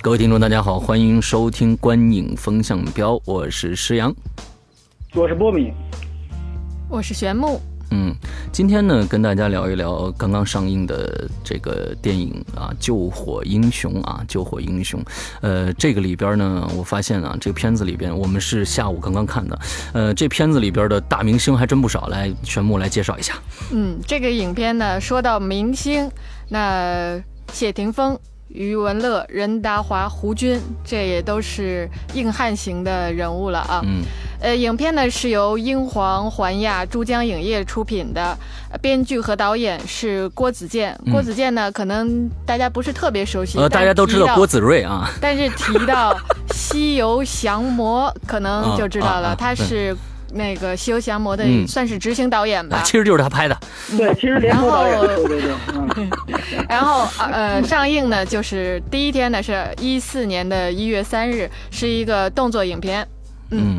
各位听众，大家好，欢迎收听《观影风向标》，我是石阳。我是波米，我是玄木，嗯，今天呢，跟大家聊一聊刚刚上映的这个电影啊，《救火英雄》啊，《救火英雄》。呃，这个里边呢，我发现啊，这个片子里边，我们是下午刚刚看的。呃，这片子里边的大明星还真不少，来，玄牧来介绍一下。嗯，这个影片呢，说到明星，那谢霆锋、余文乐、任达华、胡军，这也都是硬汉型的人物了啊。嗯呃，影片呢是由英皇、环亚、珠江影业出品的，呃编剧和导演是郭子健。郭子健呢，可能大家不是特别熟悉，嗯呃，但大家都知提道到郭子睿啊，但是提到《西游降魔》，可能就知道啊啊了，啊他是那个《西游降魔》的嗯啊算是执行导演吧。其实就是他拍的。 对，其实联合导演，对对对，嗯，然后呃，上映呢就是第一天呢是一四年的一月三日，是一个动作影片。嗯，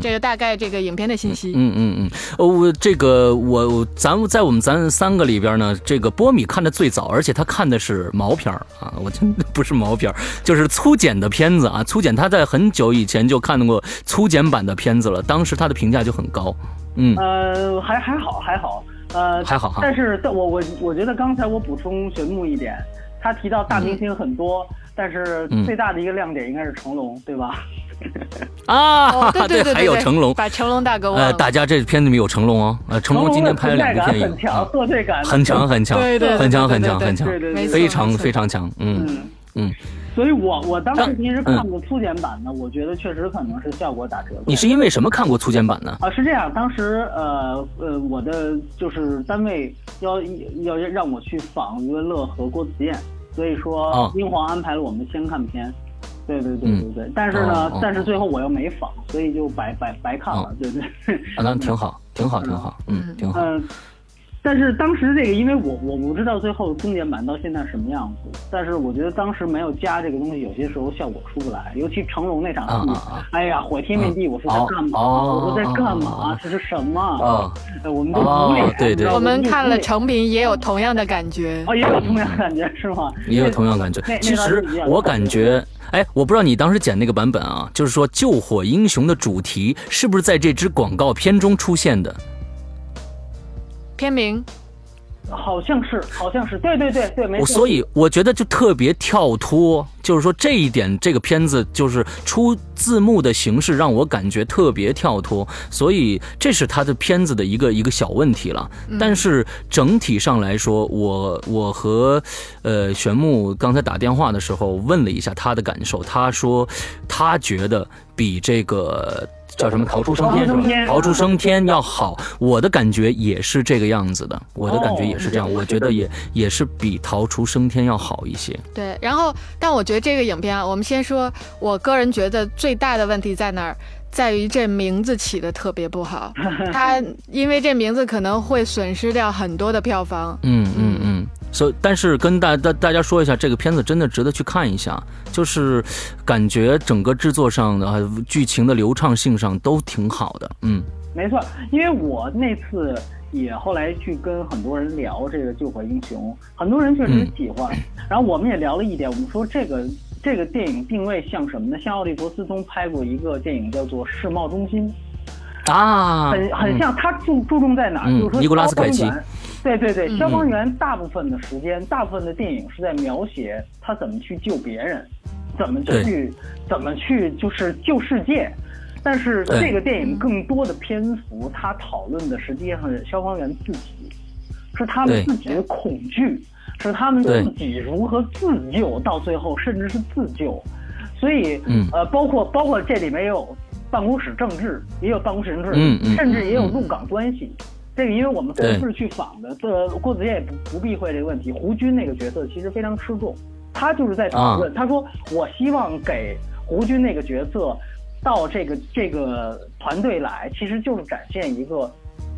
嗯这个大概这个影片的信息。嗯嗯嗯，哦，我这个我我咱们在我们咱三个里边呢，这个波米看的最早，而且他看的是毛片儿啊，我真的不是毛片儿，就是粗剪的片子啊，粗剪他在很久以前就看过粗剪版的片子了，当时他的评价就很高，嗯，呃，还还好还好，呃，还好哈但是，但我我我觉得刚才我补充玄牧一点，他提到大明星很多，但是嗯最大的一个亮点应该是成龙，对吧？啊，哦，对对对对，还有对成龙，把成龙大哥忘呃，了。大家这片子里面有成龙哦，呃，成龙今天拍了两成龙的部存电在感很影，强，啊作祟感很强，很强，对对对很强对很对强对很强对，对对，没错非常没错非常强，嗯嗯。嗯，所以我我当时但其实嗯看过粗剪版的，我觉得确实可能是效果打折扣。你是因为什么看过粗剪版呢？啊，是这样，当时呃呃，我的就是单位要要让我去访余文乐和郭子健，所以哦说英皇安排了我们先看片。对对对对对，但是呢，哦哦但是最后我又没访，所以就白白白看了，哦对对。 啊，那挺好，挺好，挺好，嗯，挺好。嗯、但是当时这个，因为我我不知道最后经典版到现在什么样子，但是我觉得当时没有加这个东西，有些时候效果出不来，尤其成龙那场啊戏，啊啊哎呀，毁天灭地，我说在干嘛？哦我说在干嘛？哦这是什么？哦呃我们都哦无脸，对对你知道吗我们看无了。脸成品也有同样的感觉。哦，也有同样感觉是吗？ 也有同样感觉那。其实我感，觉，哎，我不知道你当时剪那个版本啊，就是说《救火英雄》的主题是不是在这支广告片中出现的？片名那好像是，好像是，对对对对，没我错。所以我觉得就特别跳脱，就是说这一点，这个片子就是出字幕的形式让我感觉特别跳脱，所以这是他的片子的一个一个小问题了。嗯但是整体上来说，我我和呃玄牧刚才打电话的时候问了一下他的感受，他说他觉得比这个。叫什么？逃出生天是吧逃出生天？逃出生天要好，我的感觉也是这个样子的，我的感觉也是这样，哦我觉得也也是比逃出升天要好一些。对，然后但我觉得这个影片啊，我们先说，我个人觉得最大的问题在哪儿？在于这名字起的特别 不好，它因为这名字可能会损失掉很多的票房。嗯嗯嗯。所、以，但是跟大大大家说一下，这个片子真的值得去看一下，就是感觉整个制作上的、啊剧情的流畅性上都挺好的。嗯没错，因为我那次也后来去跟很多人聊这个《救火英雄》，很多人确嗯实喜欢。然后我们也聊了一点，我们说这个这个电影定位像什么呢？像奥利弗斯通拍过一个电影叫做《世贸中心》，啊，很很像他注注重在哪儿？嗯就是说尼古拉斯消防凯奇员对对对，嗯消防员大部分的时间，大部分的电影是在描写他怎么去救别人，怎么对去怎么去就是救世界。但是对这个电影更多的篇幅，他讨论的实际上是消防员自己，是他对们自己的恐惧，是他们对自己如何自救到最后，甚至是自救。所以，嗯呃，包括包括这里面也有办公室政治，也有办公室政治，嗯嗯甚至也有嗯陆港关系。这个因为我们同事去访的，这郭子健也不不避讳这个问题。胡军那个角色其实非常啊吃重，他就是在讨论，他说我希望给胡军那个角色到这个这个团队来，其实就是展现一个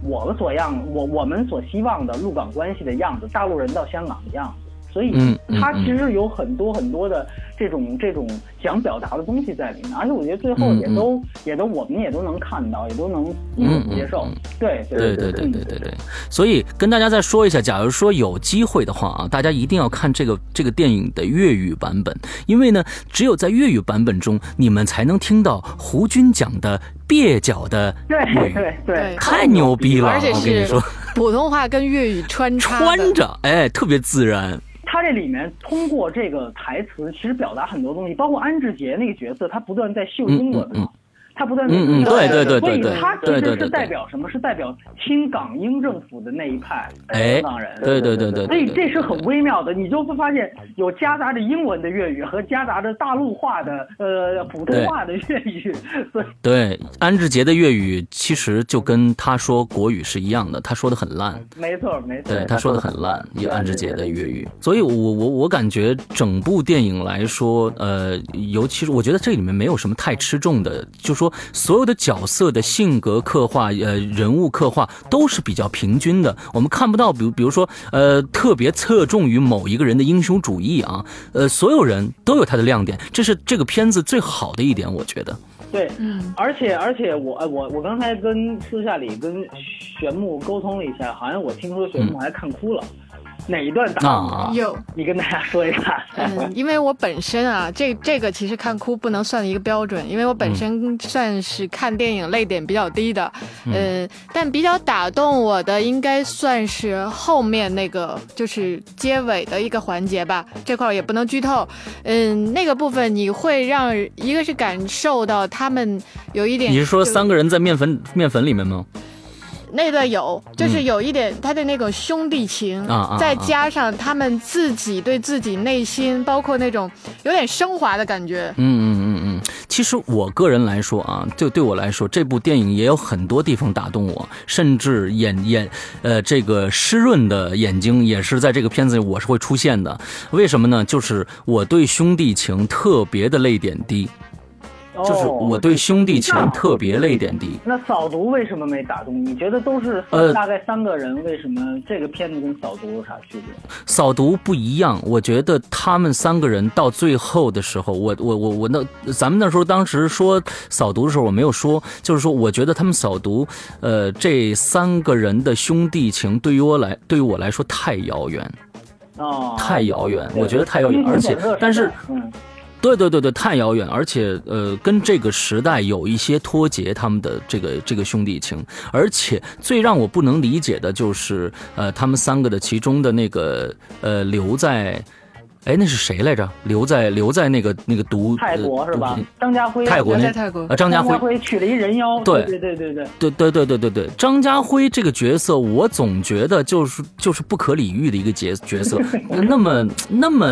我们所样，我我们所希望的陆港关系的样子，大陆人到香港的样子。所以嗯嗯它嗯其实有很多很多的这种这种想表达的东西在里面，而且我觉得最后嗯也都也都我们也都能看到，也都能一嗯种接受嗯嗯。对对对对对对嗯对对，所以跟大家再说一下，假如说有机会的话啊，大家一定要看这个这个电影的粤语版本，因为呢，只有在粤语版本中，你们才能听到胡军讲的蹩脚的粤对语，对对对，太牛逼了！而且我跟你是说，普通话跟粤语穿插的穿着哎，特别自然。他这里面通过这个台词，其实表达很多东西，包括安志杰那个角色，他不断在秀英文嗯嗯嗯嘛，他不断在嗯嗯，对对对对所对以他其对对实对是代对，表什么？是代表亲港英政府的那一派哎香港人。对对对对所对以这对，是很微妙的，你就会发现有夹杂着英文的粤语和夹杂着大陆话的呃普通话的粤语，所以对安志杰的粤语其实就跟他说国语是一样的，他说的很烂。没错没错。对，他说的很烂，也安志杰的粤语，所以我我我感觉整部电影来说，呃，尤其是我觉得这里面没有什么太吃重的，就说所有的角色的性格刻画，呃，人物刻画都是比较平均的，我们看不到，比如比如说，呃，特别侧重于某一个人的英雄主义啊，呃，所有人都有他的亮点，这是这个片子最好的一点，我觉得，对，嗯，而且而且我呃我我刚才跟私下里跟玄牧沟通了一下，好像我听说玄牧还看哭了，哪一段打你啊有。你跟大家说一下。嗯，因为我本 身啊，这这个其实看哭不能算一个标准，因为我本嗯身算是看电影泪点比较低的，嗯、但比较打动我的应该算是后面那个就是结尾的一个环节吧，这块儿也不能剧透，嗯，那个部分你会让一个是感受到他们有一点，你是说就三个人在面粉面粉里面吗？那段有，就是有一点他的那种兄弟情，嗯啊啊再加上他们自己对自己内心，包括那种有点升华的感觉。嗯嗯嗯嗯，其实我个人来说啊，就对我来说，这部电影也有很多地方打动我，甚至眼眼呃这个湿润的眼睛也是在这个片子里我是会出现的。为什么呢？就是我对兄弟情特别的泪点低，就就是我对兄弟情特别泪点低。哦那扫毒为什么没打动你？觉得都是呃大概三个人，为什么这个片子跟扫毒有啥区别？扫毒不一样，我觉得他们三个人到最后的时候，我我我我那咱们那时候当时说扫毒的时候，我没有说，就是说我觉得他们扫毒，呃，这三个人的兄弟情对于我来对于我来说太遥远，哦，太遥远，对我觉得太遥远，而且但是。，嗯，对对对对，太遥远，而且呃，跟这个时代有一些脱节，他们的这个这个兄弟情，而且最让我不能理解的就是，呃，他们三个的其中的那个呃，留在，哎，那是谁来着？留在留在那个那个毒泰国呃是吧毒品？张家辉，泰国我那在泰国呃，张家张辉家辉娶了一人妖，对对对对对，对对对对对对，张家辉这个角色，我总觉得就是就是不可理喻的一个角角色，那么那么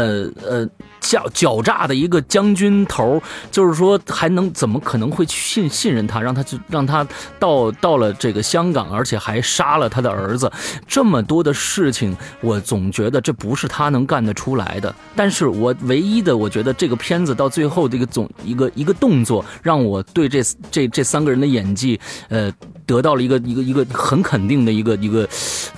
呃狡狡诈的一个将军头，就是说还能怎么可能会去信信任他，让他去让他到到了这个香港，而且还杀了他的儿子，这么多的事情，我总觉得这不是他能干得出来的。但是我唯一的，我觉得这个片子到最后这个总一个一个动作，让我对这这这三个人的演技，呃，得到了一个一个一个很肯定的一个一个，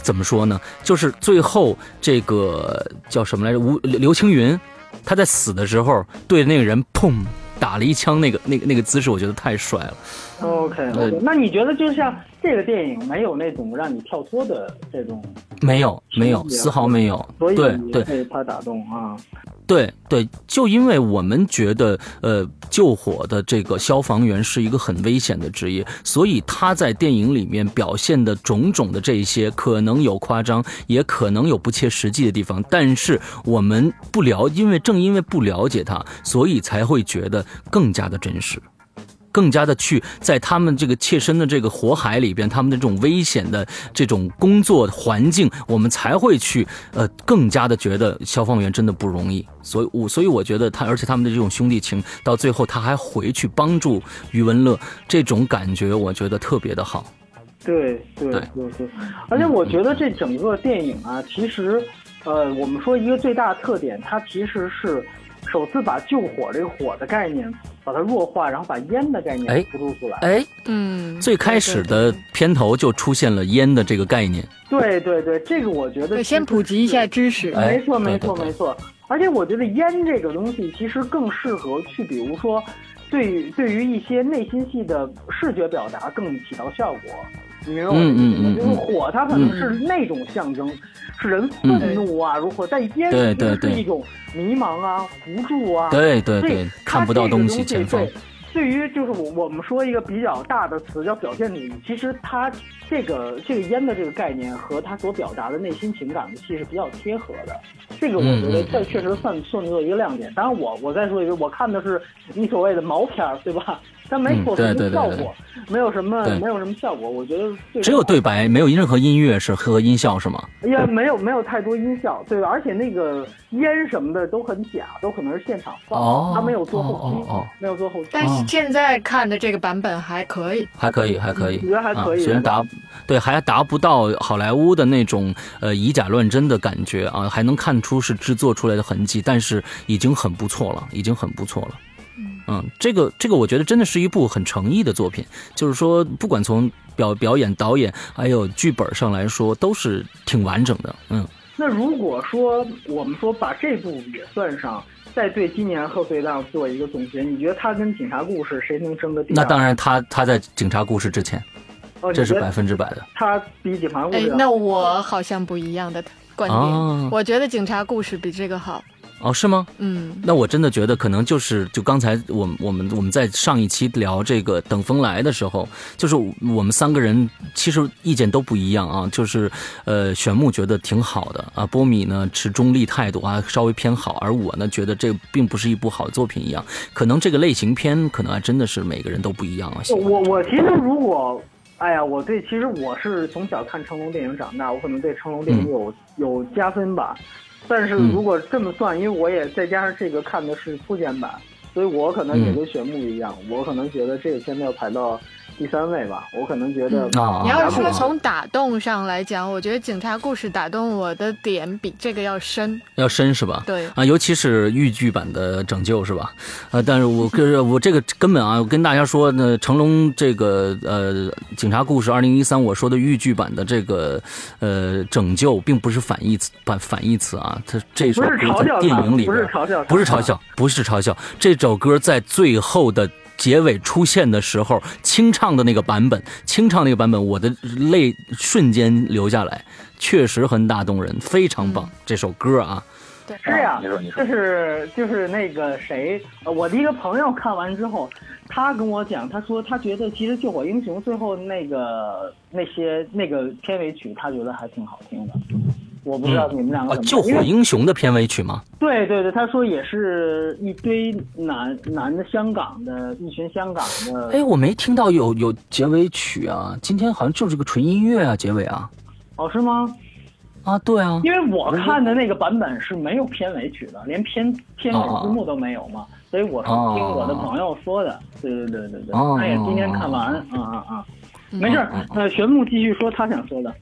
怎么说呢？就是最后这个叫什么来着？吴刘刘青云，他在死的时候对那个人砰打了一枪，那个那个那个姿势，我觉得太帅了。嗯 OK，对那你觉得就像这个电影没有那种让你跳脱的这种，没有，没有，是的丝毫没有。所以对对，被他打动啊。对对，就因为我们觉得，呃，救火的这个消防员是一个很危险的职业，所以他在电影里面表现的种种的这一些，可能有夸张，也可能有不切实际的地方，但是我们不了，因为正因为不了解他，所以才会觉得更加的真实。更加的去呃在他们这个切身的这个火海里边，他们的这种危险的这种工作环境，我们才会去呃更加的觉得消防员真的不容易。所以我所以我觉得他，而且他们的这种兄弟情，到最后他还回去帮助余文乐，这种感觉我觉得特别的好。对对对对对，而且我觉得这整个电影啊，其实呃，我们说一个最大的特点，它其实是首次把救火这个火的概念把它弱化，然后把烟的概哎念突出出来。哎，嗯，最开始的片头就出现了烟的这个概念，对对对，这个我觉得对，其实先普及一下是知识。哎没对错，对没错，对没错。而且我觉得烟这个东西其实更适合去，比如说，对于对于一些内心戏的视觉表达更起到效果。你明白我的嗯意思吗嗯嗯？就是嗯火，它可能是那种象征，是人愤怒啊，如何？但烟嗯对其实对对是一种迷茫啊、无助啊，对对所以对，它看不到这个东东西前方对，对于就是我我们说一个比较大的词叫表现主义，其实它这个这个烟的这个概念和它所表达的内心情感的戏是比较贴合的，这个我觉嗯得嗯这确实算算作一个亮点。当然我我再说一个，我看的是你所谓的毛片儿，对吧？但没嗯有对什对么对效对果，没有什么对没有什么效果，我觉得最只有好对白，没有任何音乐是和音效是吗？也没有没有太多音效，对吧？而且那个烟什么的都很假，都可能是现场放，哦他没有做后期，哦哦哦没有做后期。但是现在看的这个版本还可以，还可以，还可以，嗯我觉得还可以啊、虽然对吧达对还达不到好莱坞的那种呃以假乱真的感觉啊，还能看出是制作出来的痕迹，但是已经很不错了，已经很不错了。嗯，这个这个，我觉得真的是一部很诚意的作品，就是说，不管从表表演、导演还有剧本上来说，都是挺完整的。嗯，那如果说我们说把这部也算上，再对今年贺岁档做一个总结，你觉得它跟《警察故事》谁能争个第二？那当然他，他在《警察故事》之前，哦，这是啊你觉百得分之百的。它比《警哦察故哎事》，那我好像不一样的观点，啊我觉得警察故事比这个好。哦，是吗？嗯，那我真的觉得可能就是就刚才我们我们我们在上一期聊这个等风来的时候，就是我们三个人其实意见都不一样啊，就是呃玄牧觉得挺好的啊，波米呢持中立态度啊，稍微偏好，而我呢觉得这并不是一部好作品一样，可能这个类型片可能还真的是每个人都不一样啊。喜欢我我其实如果，哎呀，我对其实我是从小看成龙电影长大，我可能对成龙电影嗯有、有加分吧。但是如果这么算，因为我也再加上这个看的是粗剪版，所以我可能嗯也跟玄牧一样，我可能觉得这个片子要排到第三位吧。我可能觉得、嗯啊，你要是是说从打动上来讲，我觉得警察故事打动我的点比这个要深。要深是吧？对啊，尤其是豫剧版的《拯救》是吧？呃，但是我就是我这个根本啊，我跟大家说，呢，成龙这个呃《警察故事》二零一三，我说的豫剧版的这个呃《拯救》，并不是反义词，反反义词啊，它这首不歌是嘲在笑电他，影里不边是嘲笑他，不是嘲笑，不是嘲笑，这首歌在最后的。结尾出现的时候，清唱的那个版本，清唱那个版本，我的泪瞬间流下来，确实很打动人，非常棒。这首歌啊，对，是呀、你说你说就是就是那个谁，呃我的一个朋友看完之后，他跟我讲，他说他觉得其实《救火英雄》最后那个那些那个片尾曲，他觉得还挺好听的。我不知道你们两啊个，怎救么看、因火为英雄的片尾曲吗？对对对，他说也是一堆男男的香港的，一群香港的哎，我没听到有有结尾曲啊，今天好像就是个纯音乐啊，结尾啊，哦是吗？啊，对 啊，因为我看的那个版本是没有片尾曲 的，连片片尾字幕都没有嘛，所以我是听我的朋友说的。对对对对对，哦他也今天看完，啊啊啊，嗯没事儿。呃，玄牧继续说他想说的。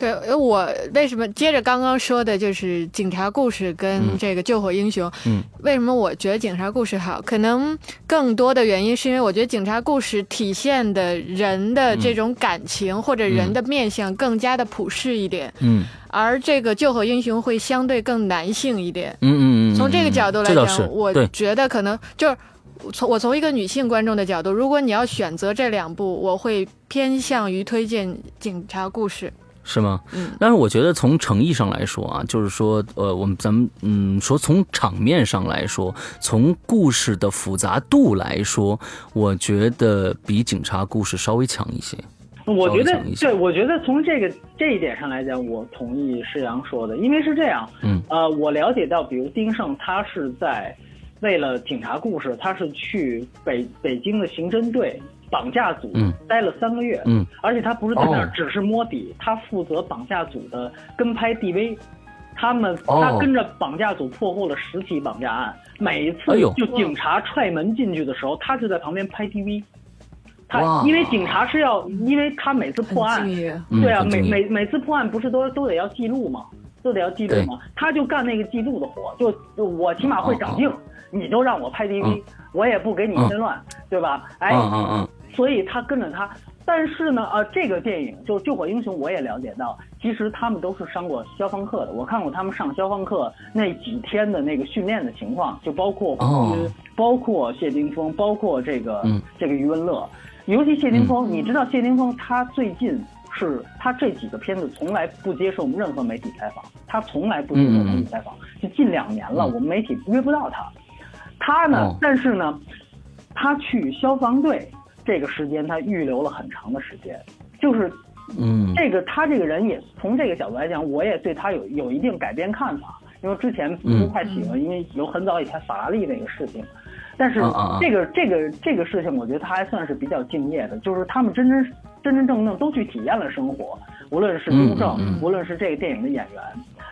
对，呃我为什么接着刚刚说的就是警察故事嗯跟这个救火英雄？嗯，为什么我觉得警察故事好？可能更多的原因是因为我觉得警察故事体现的人的嗯这种感情、或者人的面相更加的普世一点，嗯而这个救火英雄会相对更男性一点。嗯嗯嗯，从这个角度来这讲倒，是我对，觉得可能就是从我从一个女性观众的角度，如果你要选择这两部，我会偏向于推荐《警察故事》。是吗？嗯但是我觉得从诚意上来说啊，就是说，呃，我们咱们嗯说从场面上来说，从故事的复杂度来说，我觉得比警察故事稍微强一些。我觉稍微得讲一，下对，我觉得从这个这一点上来讲，我同意施阳说的，因为是这样，嗯，呃，我了解到，比如丁晟他是在为了警察故事，他是去北北京的刑侦队绑架组、嗯待了三个月，嗯，而且他不是在那儿哦只是摸底，他负责绑架组的跟拍 DV。他们，哦他跟着绑架组破获了十起绑架案，每一哎次呦就警察踹门进去的时候，他就在旁边拍 DV。哇他因为警察是要，因为他每次破案，很敬业嗯对啊，很敬每业每每次破案不是都都得要记录吗？就得要记录嘛。他就干那个记录的活，就就我起码会长镜，你就让我拍 DV，、哦嗯我也不给你添乱，对吧？哎，嗯嗯嗯，所以他跟着他。但是呢，呃，这个电影就《救火英雄》，我也了解到，其实他们都是上过消防课的。我看过他们上消防课那几天的那个训练的情况，就包括哦胡军、包括谢霆锋，包括这个、嗯这个余文乐。尤其谢霆锋，你知道谢霆锋他最近是他这几个片子从来不接受任何媒体采访，他从来不接受媒体采访，就近两年了，嗯我们媒体约不到他。他呢，哦但是呢，他去消防队这个时间他预留了很长的时间，就是嗯哎这个他这个人也从这个角度来讲，我也对他有有一定改变看法，因为之前不嗯太喜欢，因为有很早以前法拉利那个事情。但是嗯嗯嗯这个这个这个事情，我觉得他还算是比较敬业的，就是他们真真真真正正都去体验了生活，无论是雍正，嗯嗯嗯嗯无论是这个电影的演员，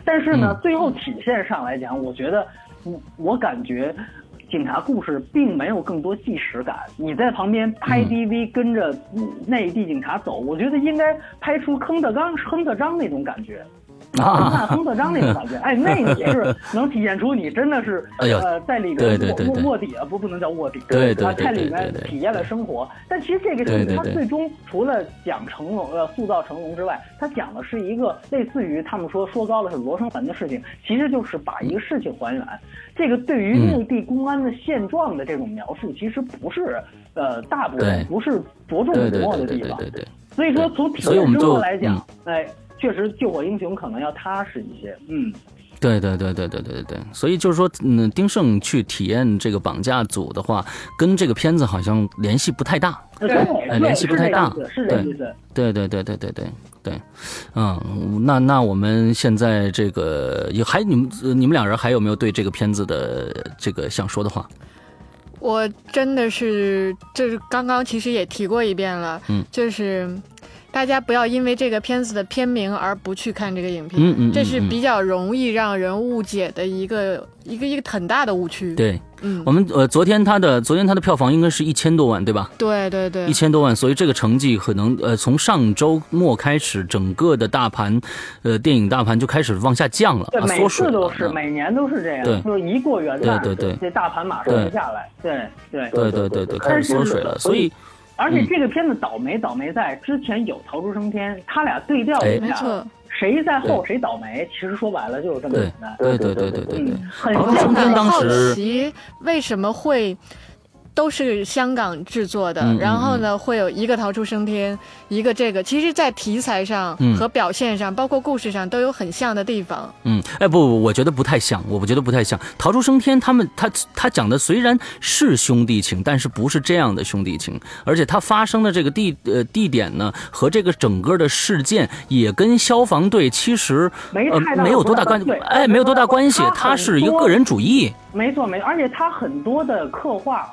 但是呢，最后体现上来讲，我觉得，嗯我感觉。警察故事并没有更多纪实感，你在旁边拍嗯 DV 跟着嗯内地警察走，我觉得应该拍出亨特刚、亨特章那种感觉， 陈汉啊，亨特章那种感觉，哎，那个也是能体现出你真的是，哎呦呃，在里面对对对卧对卧底啊，不不能叫卧底，对对啊对在对里对面对体验了生活。但其实这个对电对影它对最终除了讲成龙呃塑造成龙之外，它讲的是一个类似于他们说说高了是罗生门的事情，其实就是把一个事情还原。这个对于嗯内地公安的现状的这种描述，其实不是呃大部分对不是着重对琢对磨对的对地对方。对对，所以说从体所以我验们生活就来讲嗯，哎，确实救火英雄可能要踏实一些。嗯，对对对对对对对对，所以就是说，嗯，丁晟去体验这个绑架组的话，跟这个片子好像联系不太大。对哎对，联系不太大是这意思是这意思。对对对对对对对，嗯，那那我们现在这个有还你们呃你们两人还有没有对这个片子的这个想说的话？我真的是，就是刚刚其实也提过一遍了，嗯就是大家不要因为这个片子的片名而不去看这个影片，嗯嗯嗯这是比较容易让人误解的一个一个一个很大的误区。，对嗯我，们呃，昨天它的昨天它的票房应该是一千多万，对吧？对对对一，千多万，所以这个成绩可能呃，从上周末开始，整个的大盘，呃，电影大盘就开始往下降了，对，啊、每缩水了次都是，嗯每年都是这对样，就是一过元旦，对对对这大盘马上就下来，对对。对嗯对对对，开始缩水了，所以而且这个片子倒霉倒霉在之前有《逃出升天》，他俩对调哎一没下，错，谁在后谁倒霉，其实说白了就是这么对简单。对对对对对对嗯，，很逃出像升的天当好时奇为什么会都是香港制作的，嗯嗯然后呢会有一个逃出升天，一个这个，其实，在题材上嗯和表现上，包括故事上都有很像的地方。嗯，哎不不，我觉得不太像，我觉得不太像。逃出升天，他们他他讲的虽然是兄弟情，但是不是这样的兄弟情，而且它发生的这个地呃地点呢，和这个整个的事件也跟消防队其实没呃太大没有多大大关系，对哎，没有多大关系，它它很是一个多个人主义，没错，没错，而且他很多的刻画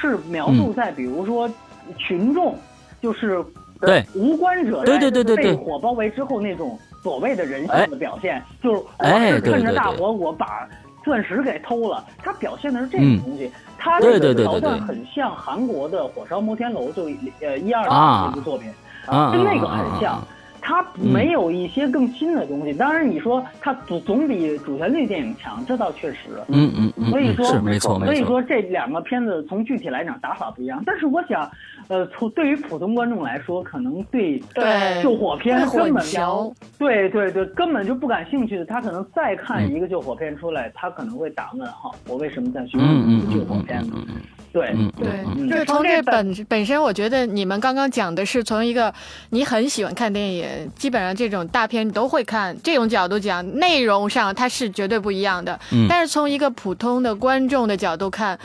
是描嗯述在，比如说群众，就是呃对无关者对对对对对被火包围之后那种所谓的人性的表现，就是我哎是对趁着对大对火我把钻石给偷了，他表现的是这嗯种东西，他这对对对个对桥段对很像韩国的《火烧摩天楼》就呃一二啊那部作品，啊跟那个啊啊很啊像啊。它没有一些更新的东西，当然你说它总总比主旋律电影强，这倒确实。嗯嗯嗯，所以说，嗯是没错没错，所以说这两个片子从具体来讲打法不一样，但是我想，呃，从对于普通观众来说，可能对对救火片会根混本淆对对对，根本就不感兴趣的，他可能再嗯看一个救火片出来，他可能会打问号：我为什么再去看嗯嗯一个救嗯火嗯片嗯呢？嗯嗯对，嗯嗯对，嗯就是嗯从从这这本本本身，我觉得你们刚刚讲的是从一个你很喜欢看电影，基本上这种大片你都会看，这种角度讲，内容上它是绝对不一样的。嗯但是从一个普通的观众的角度看，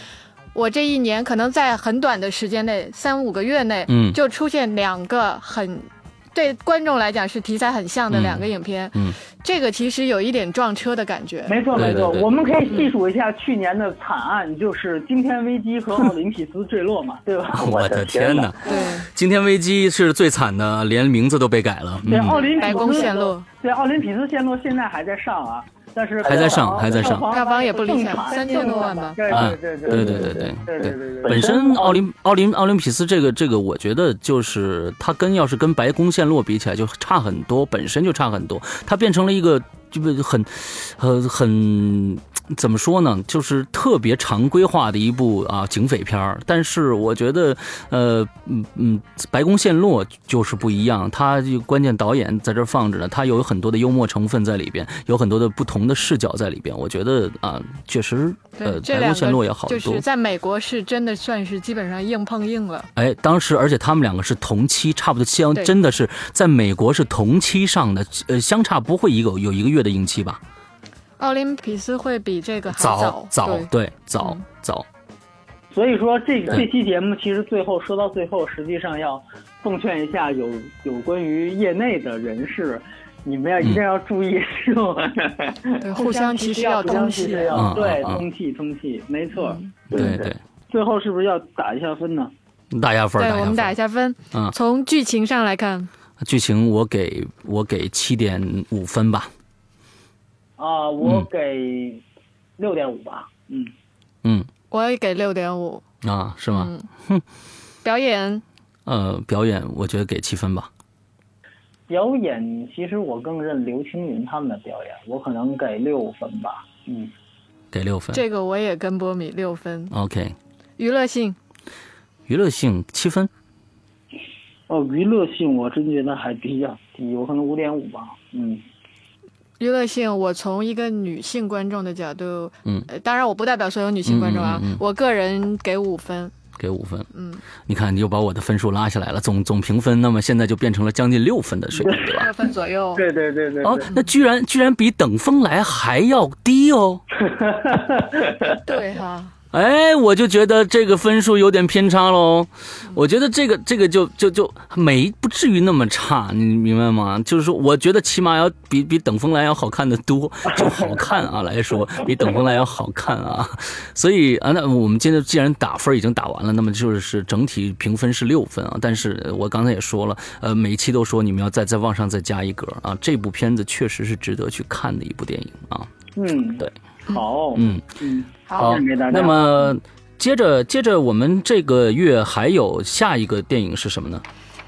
我这一年可能在很短的时间内，三五个月内，嗯就出现两个很。对观众来讲是题材很像的两个影片，嗯嗯这个其实有一点撞车的感觉。没错对没对错，对我们可以嗯细数一下去年的惨案，就是惊天危机和奥林匹斯坠落嘛，对吧？ 我的天哪！对，今天危机是最惨的，连名字都被改了。对，嗯。奥林匹白斯宫陷落，对，奥林匹斯陷落现在还在上啊，但是还在上票房还在上票房也不理正想常， 3000多万吧对啊对对对对对对对对对对。本身奥林奥林奥林匹斯这个这个，我觉得就是它跟要是跟白宫陷落比起来就差很多，本身就差很多，它变成了一个这个很，呃，很怎么说呢？就是特别常规化的一部啊警匪片儿。但是我觉得，呃，嗯嗯，《白宫陷落》就是不一样，它就关键导演在这儿放着呢，它有很多的幽默成分在里边，有很多的不同的视角在里边。我觉得啊，确实，呃，《这白两宫陷落》个也好就得多是。在美国是真的算是基本上硬碰硬了。哎，当时而且他们两个是同期，差不多相对真的是在美国是同期上的，呃，相差不会一个有一个月的影期吧？奥林匹斯会比这个还早早对对早嗯早，所以说这对这期节目其实最后说到最后，实际上要奉劝一下有有关于业内的人士，你们要一定要注意，是吗？对互相其实要互相东其西实嗯的。要对嗯嗯通气通气，没错。对对对，最后是不是要打一下分呢？打一下分儿，对，我们打打一一下下分。嗯从剧情上来看，分儿。剧情我给我给七点五分吧，啊，我嗯给六点五吧。嗯，嗯我也给六点五。啊是吗？嗯，表演呃，表演我觉得给七分吧，表演其实我更认刘青云他们的表演，我可能给六分吧。嗯，给六分。这个我也跟波米六分。 OK，娱乐性娱乐性七分，哦，娱乐性我真觉得还比较低，我可能五点五吧。嗯。娱乐性，我从一个女性观众的角度，嗯呃，当然我不代表所有女性观众啊，嗯嗯嗯嗯我个人给五分，给五分。嗯，你看你又把我的分数拉下来了，总总评分，那么现在就变成了将近六分的水平，对吧？六分左右。对对对对哦，那居然居然比等风来还要低哦！对哈、哎，我就觉得这个分数有点偏差喽。我觉得这个这个就就就没不至于那么差，你明白吗？就是说，我觉得起码要比比等风来要好看的多，就好看啊来说，比等风来要好看啊。所以啊，那我们今天既然打分已经打完了，那么就是整体评分是六分啊。但是我刚才也说了，呃，每一期都说你们要再再往上再加一格啊。这部片子确实是值得去看的一部电影啊。嗯，对，好，嗯嗯，好，献给大家那么接着接着，我们这个月还有下一个电影是什么呢？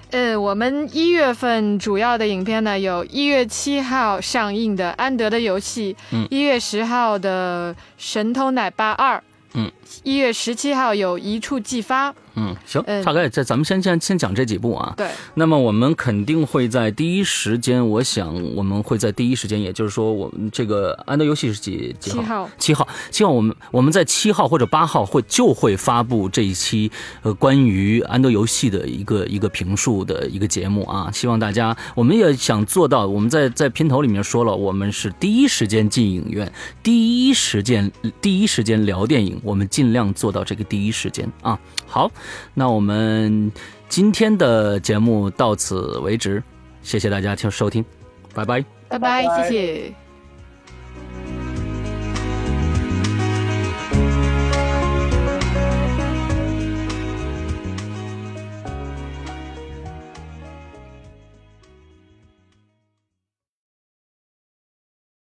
呃，我们一月份主要的影片呢，有一月七号上映的《安德的游戏》，一、月十号的《神偷奶爸二》，嗯，一月十七号有《一触即发》，嗯，行嗯，大概这咱们先先先讲这几部啊。对，那么我们肯定会在第一时间，我想我们会在第一时间，也就是说，我们这个安德游戏是几几号？七号七号，七号，我们我们在七号或者八号会就会发布这一期呃关于安德游戏的一个一个评述的一个节目啊，希望大家我们也想做到，我们在在片头里面说了，我们是第一时间进影院，第一时间第一时间聊电影，我们尽量做到这个第一时间啊。好，那我们今天的节目到此为止，谢谢大家听收听，拜拜。拜拜，拜拜谢谢。